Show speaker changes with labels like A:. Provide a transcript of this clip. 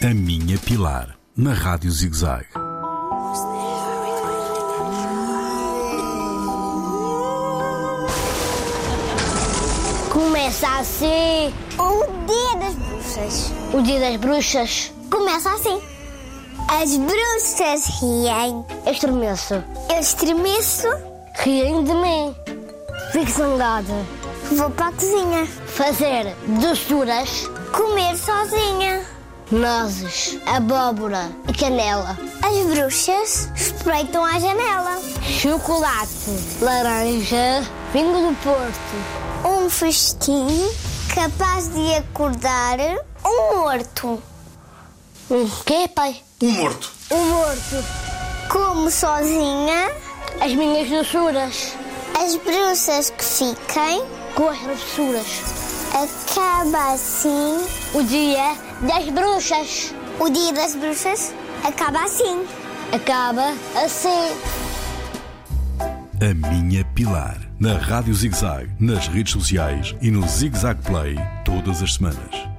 A: A Minha Pilar, na Rádio ZigZag.
B: Começa assim
C: O dia das bruxas.
B: o Dia das Bruxas.
C: Começa assim. As bruxas riem.
B: Eu estremeço.
C: Eu estremeço,
B: Riem de mim. Fico zangada.
C: vou para a cozinha.
B: Fazer doçuras,
C: Comer sozinha.
B: nozes, abóbora e canela.
C: As bruxas espreitam a janela.
B: Chocolate, laranja, vinho do Porto.
C: Um festim capaz de acordar um morto.
B: Hum, que é, pai?
D: Um morto.
C: Um morto. Como sozinha,
B: As minhas doçuras.
C: as bruxas que fiquem.
B: Com as doçuras.
C: Acaba assim.
B: O Dia das Bruxas.
C: O dia das bruxas acaba assim.
B: Acaba assim.
A: A Minha Pilar, na Rádio ZigZag, nas redes sociais e no ZigZag Play, todas as semanas.